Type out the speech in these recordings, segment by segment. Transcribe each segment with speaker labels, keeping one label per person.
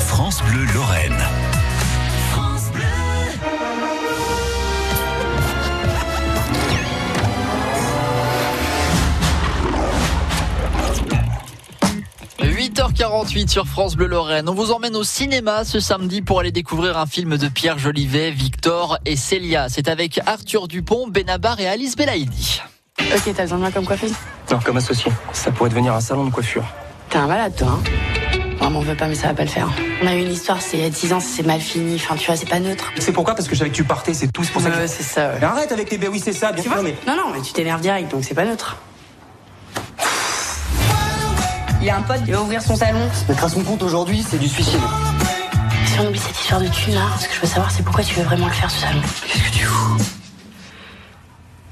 Speaker 1: France Bleu Lorraine.
Speaker 2: h 48 sur France Bleu Lorraine. On vous emmène au cinéma ce samedi pour aller découvrir un film de Pierre Jolivet, Victor et Célia. C'est avec Arthur Dupont, Benabar et Alice Belaïdi.
Speaker 3: Ok, t'as besoin de moi comme coiffeuse
Speaker 4: Non, comme associé. Ça pourrait devenir un salon de coiffure.
Speaker 3: T'es un malade, toi. Hein non, mais on veut pas, mais ça va pas le faire. On a eu une histoire, c'est il y a 10 ans, c'est mal fini. Enfin, tu vois, c'est pas neutre.
Speaker 4: C'est pourquoi Parce que je savais que tu partais, c'est tout, c'est pour ça que.
Speaker 3: Ouais, c'est ça, ouais.
Speaker 4: Mais arrête avec les ben oui, c'est ça, bien
Speaker 3: Tu
Speaker 4: sûr.
Speaker 3: vois
Speaker 4: Non, mais
Speaker 3: Non, non, mais tu t'énerves direct, donc c'est pas neutre. Il a un pote, il va ouvrir son salon.
Speaker 4: mettre à son compte aujourd'hui, c'est du suicide.
Speaker 3: Si on oublie cette histoire de cul, là, ce que je veux savoir, c'est pourquoi tu veux vraiment le faire, ce salon. Qu'est-ce que tu fous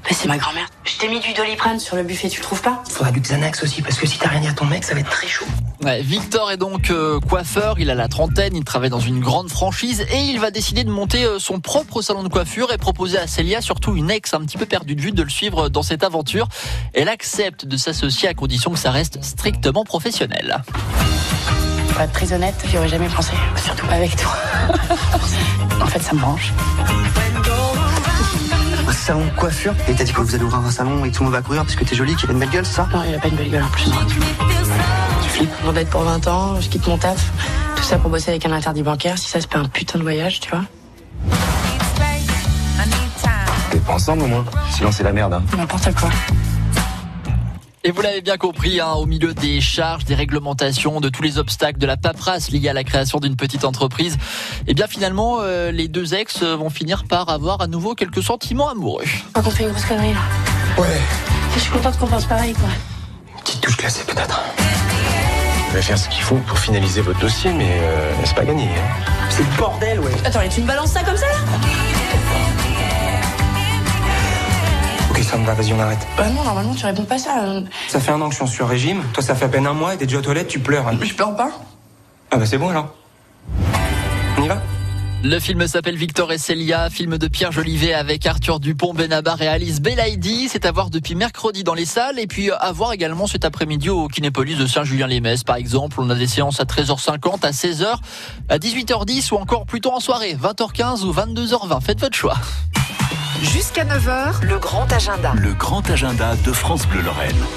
Speaker 3: Mais c'est ma grand-mère. Je t'ai mis du doliprane sur le buffet, tu le trouves pas
Speaker 4: Faudra du Xanax aussi, parce que si t'as rien dit à ton mec, ça va être très chaud.
Speaker 2: Ouais, Victor est donc euh, coiffeur, il a la trentaine, il travaille dans une grande franchise et il va décider de monter euh, son propre salon de coiffure et proposer à Célia, surtout une ex un petit peu perdue de vue, de le suivre dans cette aventure. Elle accepte de s'associer à condition que ça reste strictement professionnel.
Speaker 3: Pour être très honnête, j'y aurais jamais pensé. Surtout pas avec toi. en fait, ça me branche.
Speaker 4: Un salon de coiffure Et t'as dit quoi Vous allez ouvrir un salon et tout le monde va courir parce que t'es jolie, qu'il a une belle gueule, c'est ça
Speaker 3: Non, il a pas une belle gueule en plus. Je flippe. Je m'endette pour 20 ans, je quitte mon taf. Tout ça pour bosser avec un interdit bancaire, si ça se fait un putain de voyage, tu vois.
Speaker 4: T'es pas ensemble au moins Sinon, c'est la merde. Hein.
Speaker 3: N'importe quoi.
Speaker 2: Et vous l'avez bien compris, hein, au milieu des charges, des réglementations, de tous les obstacles, de la paperasse liée à la création d'une petite entreprise, et bien finalement, euh, les deux ex vont finir par avoir à nouveau quelques sentiments amoureux.
Speaker 3: Pas qu'on fait une grosse connerie là.
Speaker 4: Ouais.
Speaker 3: Je suis contente qu'on pense pareil quoi.
Speaker 4: Une petite touche classée peut-être.
Speaker 5: Vous allez faire ce qu'il faut pour finaliser votre dossier, mais euh, c'est pas gagné. hein.
Speaker 4: C'est le bordel, ouais.
Speaker 3: Attends, et tu me balances ça comme ça là
Speaker 4: Ok, ça me va, vas-y, on arrête.
Speaker 3: Bah non, normalement tu réponds pas ça. euh.
Speaker 4: Ça fait un an que je suis en sur-régime. Toi, ça fait à peine un mois et t'es déjà aux toilettes, tu pleures. hein.
Speaker 3: Mais je pleure pas.
Speaker 4: Ah bah c'est bon alors. On y va
Speaker 2: Le film s'appelle Victor et Célia, film de Pierre Jolivet avec Arthur Dupont, Benabar et Alice Belaïdi. C'est à voir depuis mercredi dans les salles et puis à voir également cet après-midi au Kinépolis de Saint-Julien-les-Messes par exemple. On a des séances à 13h50, à 16h, à 18h10 ou encore plus tôt en soirée, 20h15 ou 22h20. Faites votre choix.
Speaker 6: Jusqu'à 9h, le grand agenda.
Speaker 1: Le grand agenda de France Bleu Lorraine.